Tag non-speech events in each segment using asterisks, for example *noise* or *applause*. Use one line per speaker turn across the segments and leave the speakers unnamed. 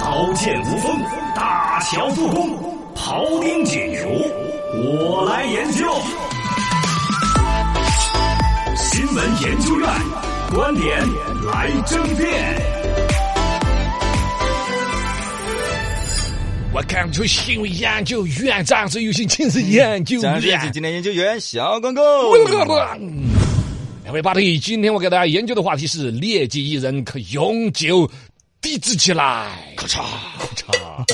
刀剑无锋，大乔复工，庖丁解牛，我来研究。新闻研究院观点来争辩。
Welcome to 新闻研究院，掌声有请请是研
*laughs*
究
咱是
院。
今天研究员小
*laughs*
光狗。
两位巴蒂，今天我给大家研究的话题是劣迹艺人可永久抵制起来。咔嚓咔 *laughs*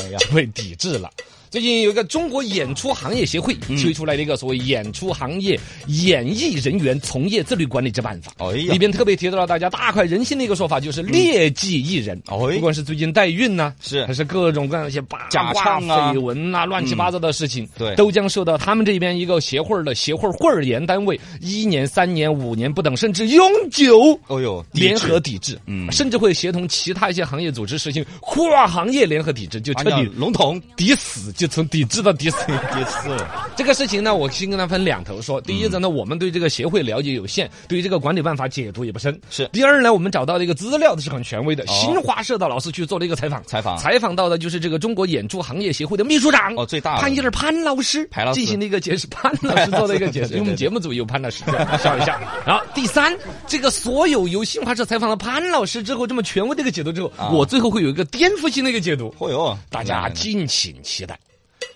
嚓，就被抵制了。最近有一个中国演出行业协会
嗯
推出来的一个所谓演出行业演艺人员从业自律管理之办法，
哎呀嗯
里边特别提到了大家大快人心的一个说法，就是劣迹艺人，
哎
不管是最近代孕呐，
是
还是各种各样的一些八
假
卦、
唱啊
绯闻呐、乱七八糟的事情，
对
都将受到他们这边一个协会儿的协会儿会儿员单位一年、三年、五年不等，甚至永久
哦呦，抵制
联合抵制，
嗯
甚至会协同其他一些行业组织实行跨行业联合抵制，就彻
按
底
照笼统
抵死，就从抵制到抵死。
第四了。
这个事情呢，我先跟他分两头说。第一层呢，我们对这个协会了解有限，对于这个管理办法解读也不深。
是哦
第二呢，我们找到了一个资料，是很权威的，新华社的老师去做了一个采访，
采访
采访到的就是这个中国演出行业协会的秘书长
哦最大的
潘一儿潘老师，
潘老师
进行了一个解释，潘老师做了一个解
*laughs*
释，因为我们节目组有潘老师，笑一下。然后第三，这个所有由新华社采访了潘老师之后，这么权威的一个解读之后，
啊
我最后会有一个颠覆性的一个解读。
哦呦，
大家敬请期待。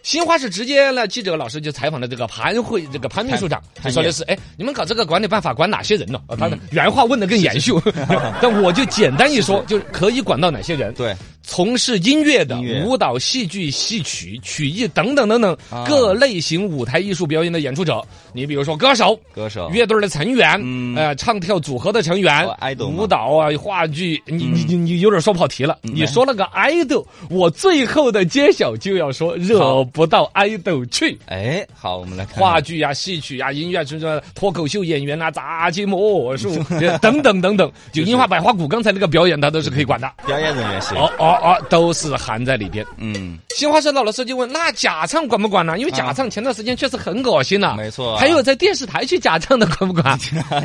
新华社直接呢，记者老师就采访了这个潘会这个潘秘书长，
潘嗯
就说的是，哎，你们搞这个管理办法管哪些人呢？啊，他的原话问的更严
*laughs*
肃， *laughs* 但我就简单一说，就是可以管到哪些人。
对，
从事音乐的
音、乐
舞蹈、戏剧、戏曲、曲艺等等等等
啊
各类型舞台艺术表演的演出者，你比如说歌手、
歌手
乐队的成员，
嗯
呃，唱跳组合的成员
哦，idol，嘛嗯
舞蹈啊、话剧，你你你你有点说跑题了。你
来
说了个 idol，我最后的揭晓就要说惹不到 idol 去。
哎，好，我们来看
话剧呀、戏曲呀、音乐什么脱口秀演员呐、杂技魔术
*laughs*
等等等等，就樱花百花谷刚才那个表演，他都是可以管的。
表演人员是，
哦哦哦，都是含在里边。
嗯，
新华社老老师就问：“那假唱管不管呢？因为假唱前段时间确实很恶心呐，
哎没错啊
还有在电视台去假唱的管不管？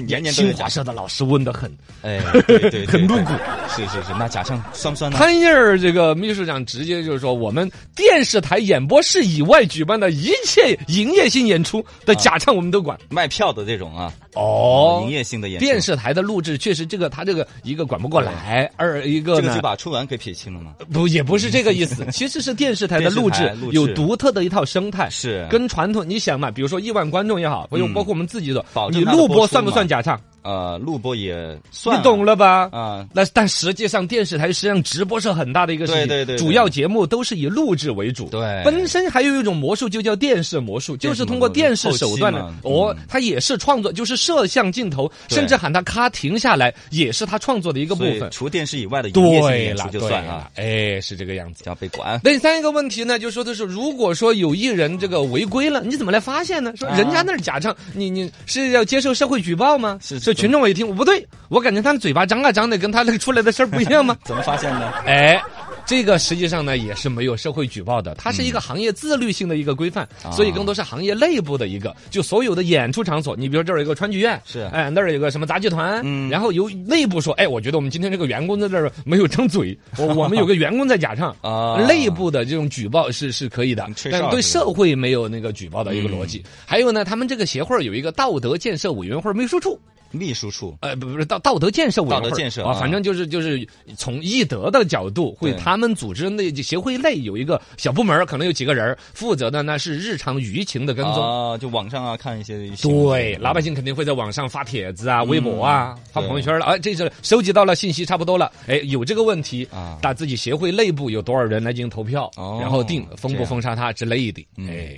年年都
新
有
华
假，
社的老师问的很。 *laughs*
哎，对对对，
很露骨
对，是是是，那假唱酸不酸呢？
潘印儿这个秘书长直接就是说，我们电视台演播室以外举办的一切营业性演出的假唱，我们都管。
卖票的这种啊，
啊哦
营。业性的演出
电视台的录制确实，这个他这个一个管不过来，二一个
这个
呢
就把春晚给撇清了吗？
不也不是这个意
*laughs*
思，其实是电视台的录制
电视台录制
有独特的一套生态，
是啊嗯
跟传统你想嘛，比如说亿万观众也好，或者包括我们自己的
保，证
你
它的
录
播
播
出
算不
嘛
算假唱？
呃，录播也算，
你懂了吧？
啊？
那但实际上，电视台实际上直播是很大的一个事情，
对对对对
主要节目都是以录制为主。
对
本身还有一种魔术，就叫电视魔术，就
电视
是通过电视手段
魔
呢，
术后期嘛嗯
哦，它也是创作，就是摄像镜头，
对
甚至喊它咔停下来，也是他创作的一个部
所以
分。
除电视以外的营业性
对
演
了
出，就
对
算
了
啊，，
哎，是这个样子。
就要被管。
那第三个问题呢，就说的是，如果说有艺人这个违规了，你怎么来发现呢？说人家那儿假唱，你你是要接受社会举报吗？
是
这群众我一听，我不对，我感觉他的嘴巴张啊张的，跟他那个出来的事儿不一样吗？
怎么发现的？
*laughs* 哎，这个实际上呢也是没有社会举报的，它是一个行业自律性的一个规范，
嗯
所以更多是行业内部的一个，就所有的演出场所，你比如说这儿有个川剧院，
是
哎那儿有个什么杂技团，
嗯
然后由内部说，哎，我觉得我们今天这个员工在这儿没有张
*laughs*
嘴，我我们有个员工在假唱
啊嗯
内部的这种举报是是可以的，
吹哨
但对
是吧嗯
社会没有那个举报的一个逻辑。还有呢，他们这个协会儿有一个道德建设委员会秘书处，
秘书处
呃，不不是道道德建设委员会
道德建设
啊，
啊
反正就是就是从艺德的角度，会
对
他们组织内协会内有一个小部门儿，可能有几个人儿负责的呢是日常舆情的跟踪。
啊，就网上啊看一些新闻
对，老百姓肯定会在网上发帖子啊、微博
嗯
啊、发朋友圈了。哎，这是收集到了信息，差不多了。哎，有这个问题
啊
打自己协会内部有多少人来进行投票，
哦
然后定封
这
不
样嗯
封杀他之类的。哎，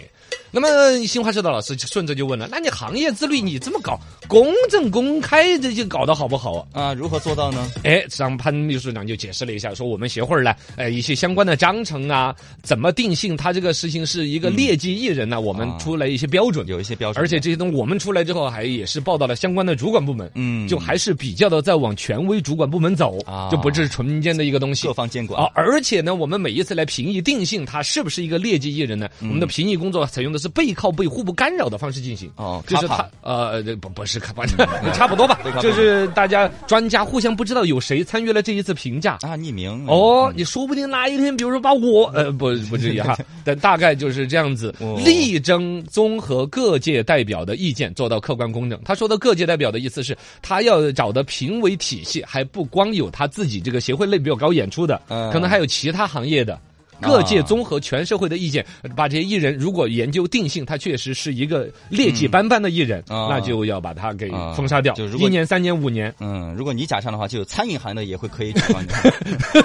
那么新华社的老师就顺着就问了：那你行业自律你这么搞，公正公开这就搞得好不好啊？
啊，如何做到呢？
哎，让潘秘书长就解释了一下，说我们协会儿呢，呃，一些相关的章程啊，怎么定性他这个事情是一个劣迹艺人呢、我们
嗯啊
出来一些标准。
有一些标准，
而且这些东西我们出来之后，还也是报道了相关的主管部门，
嗯
就还是比较的在往权威主管部门走，
啊
就不是纯民间的一个东西
各。方监管
啊，而且呢，我们每一次来评议定性他是不是一个劣迹艺人呢？
嗯
我们的评议工作采用的是背靠背、互不干扰的方式进行。
哦
就是
卡嗯
他
帕
呃这不不是卡帕， *laughs* 差不多
*laughs*
吧
对差不，多
就是大家专家互相不知道有谁参与了这一次评价。
啊，匿名
哦，你说不定哪一天，比如说把我，
嗯
呃，不，不至于
*laughs*
哈，但大概就是这样子，
哦
力争综合各界代表的意见，做到客观公正。他说的各界代表的意思是，他要找的评委体系还不光有他自己这个协会类比较高演出的，
嗯啊
可能还有其他行业的。各界综合全社会的意见，把这些艺人如果研究定性，他确实是一个劣迹斑斑的艺人，
嗯啊
那就要把他给
啊
封杀掉，
就如
一
果
年、三年、五年。
嗯，如果你假唱的话，就有餐饮行业的也会可以举
*laughs*
报你。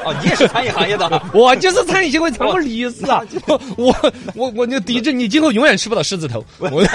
哦，你也是餐饮行业的啊，
我就是餐饮协会常务理事
*laughs*
啊！我我我我就抵制你，今后永远吃不到狮子
*laughs*
头。我 *laughs*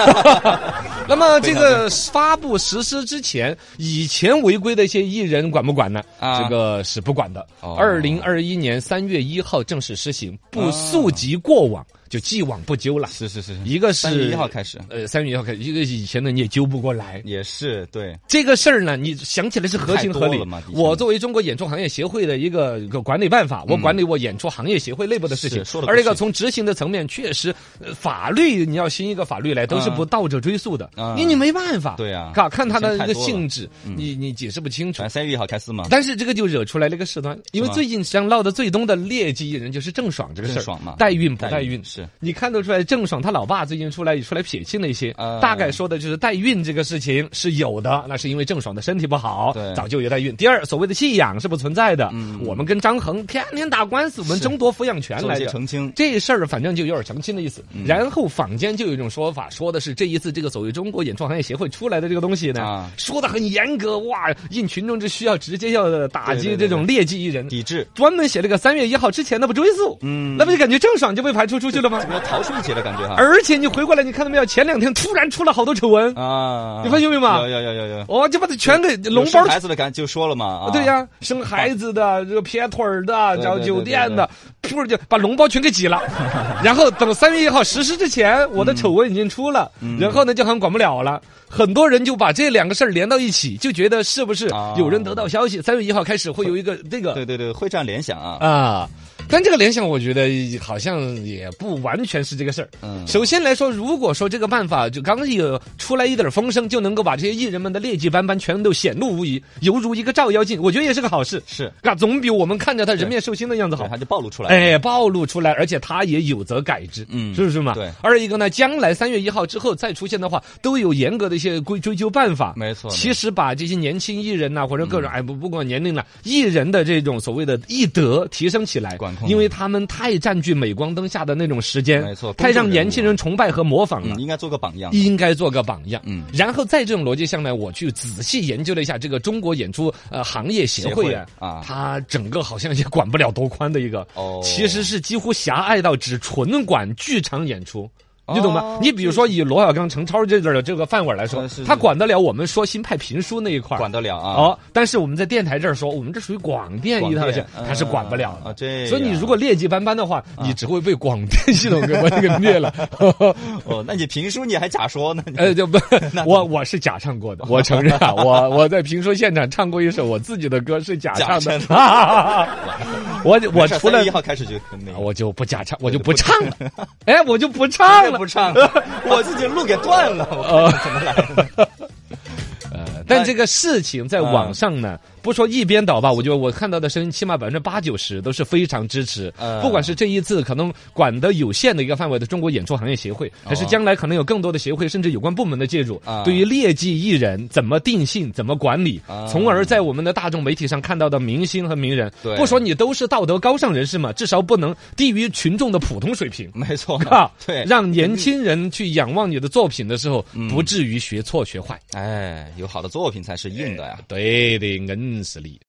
那么这个发布实施之前，以前违规的一些艺人管不管呢？
啊
这个是不管的。
哦
二零二一年三月一号正式施行，不
啊
溯及过往，就既往不咎了。
是是是，
一个是
三月一号开始
呃，三月一号开始，一个以前的你也揪不过来。
也是对，
这个事儿呢，你想起来是合情合
太
理
多了嘛。以前嗯
我作为中国演出行业协会的一个一个管理办法，我管理我演出行业协会内部的事情
是说。得
而
过
这
去
个从执行的层面，确实呃法律你要新一个法律来，都是不倒着追溯的
嗯，
你你没办法。
对啊
看看它的
以前
一
太
个
多了嗯
性质，你你解释不清楚
反正。三月一号开始嘛，
但是这个就惹出来了一个事端，因为
是吗
最近实际上闹得最多的劣迹艺人就是郑爽这个事儿，
郑爽嘛
代孕不代
代
孕
孕是
你看得出来郑爽她老爸最近出来出来撇清了一些，
呃
大概说的就是代孕这个事情是有的，那是因为郑爽的身体不好
对，嗯
早就有代孕。第二，所谓的弃养是不存在的，我们跟张恒天天打官司，我们争夺抚养权
做
来
一些
的。
澄清。
这事儿反正就有点澄清的意思。
嗯
然后坊间就有一种说法，说的是这一次这个所谓中国演创行业协会出来的这个东西呢，
啊
说的很严格，哇，应群众之需要直接要打击
对对对
这种劣迹艺人。
抵制，
专门写了个三月一号之前的不追溯，嗯，那不就感觉郑爽就被排除出去了吗
怎？么逃出一劫的感觉哈？
而且你回过来，你看到没有？前两天突然出了好多丑闻，
啊，
你发现没有嘛
有有有有有，
哦，就把它全给
有
笼
生
包起
孩子的感觉就说了嘛，啊
对呀、生孩子的、这个撇腿儿的、
对
找
对
酒
对对
店的，噗就把笼包全给
*laughs*
挤了。然后等三月一号实施之前，我的
嗯
丑闻已经出了，然后呢就好像管不了了。很多人就把这两个事儿连到一起，就觉得是不是
啊
有人得到消息，三月一号开始会有一个这个
对对对，会这样联想啊，
啊。但这个联想，我觉得好像也不完全是这个事儿。
嗯
首先来说，如果说这个办法就刚有出来一点风声，就能够把这些艺人们的劣迹斑斑全都显露无遗，犹如一个照妖镜，我觉得也是个好事。
是，
啊，总比我们看着他人面兽心的样子
对，
好
他。就暴露出来了，
哎，暴露出来，而且他也有则改之，
嗯
是不是嘛？
对
二一个呢，将来三月一号之后再出现的话，都有严格的一些规追究办法。
没错嗯
其实把这些年轻艺人呐、或者各种、哎不不管年龄了，艺人的这种所谓的艺德提升起来，
管控
因为他们太占据镁光灯下的那种时间，
没错
太让
公众人物
年轻人崇拜和模仿了。
嗯，应该做个榜样，
应该做个榜样。
嗯
然后在这种逻辑下呢，我去仔细研究了一下这个中国演出呃行业协会啊，
协会啊
它整个好像也管不了多宽的一个，
哦
其实是几乎狭隘到只纯管剧场演出。你懂吗
哦？
你比如说以罗小刚、程超这种的这个饭碗来说
呃是，
他管得了我们说新派评书那一块儿
管得了啊。
哦，但是我们在电台这儿说，我们这属于广电一套
广
线
电，
它是管不了的
啊这啊样
所以你如果劣迹斑斑的话，你只会被广电系统给 *laughs* 给灭了。
哦，那你评书你还假说呢？你
*laughs* 呃，就不，我我是假唱
*laughs*
过的，我承认啊，我我在评书现场唱过一首我自己的歌，是假唱的
假。
*laughs* 我我
没事
除了啊
3月一号开始就很那个，
我就不假唱，我就不唱了。哎，我就不唱了 *laughs*
不。唱了，我自己路给断了，我看看怎么来
哦
的？
呃但这个事情在网上呢，
嗯
不说一边倒吧，我觉得我看到的声音，起码百分之八九十都是非常支持
嗯。
不管是这一次可能管的有限的一个范围的中国演出行业协会，还是将来可能有更多的协会甚至有关部门的介入
哦啊，
对于劣迹艺人怎么定性、怎么管理，
啊
从而在我们的大众媒体上看到的明星和名人，
对
不说你都是道德高尚人士嘛，至少不能低于群众的普通水平。
没错
啊，，
嗯对，
让年轻人去仰望你的作品的时候，不至于学错学坏。
哎，有好的作品才是硬的呀。
对的，硬实力。